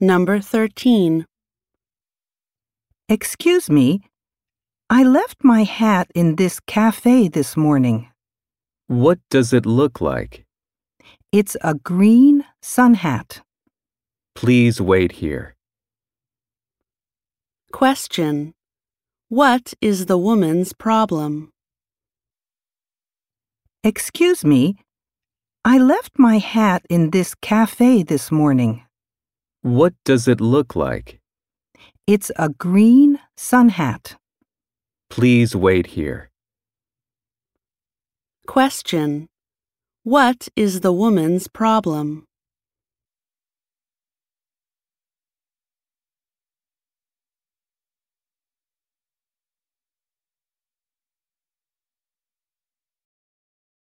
Number 13. Excuse me, I left my hat in this cafe this morning. What does it look like? It's a green sun hat. Please wait here. Question. What is the woman's problem? Excuse me, I left my hat in this cafe this morning. What does it look like? It's a green sun hat. Please wait here. Question. What is the woman's problem?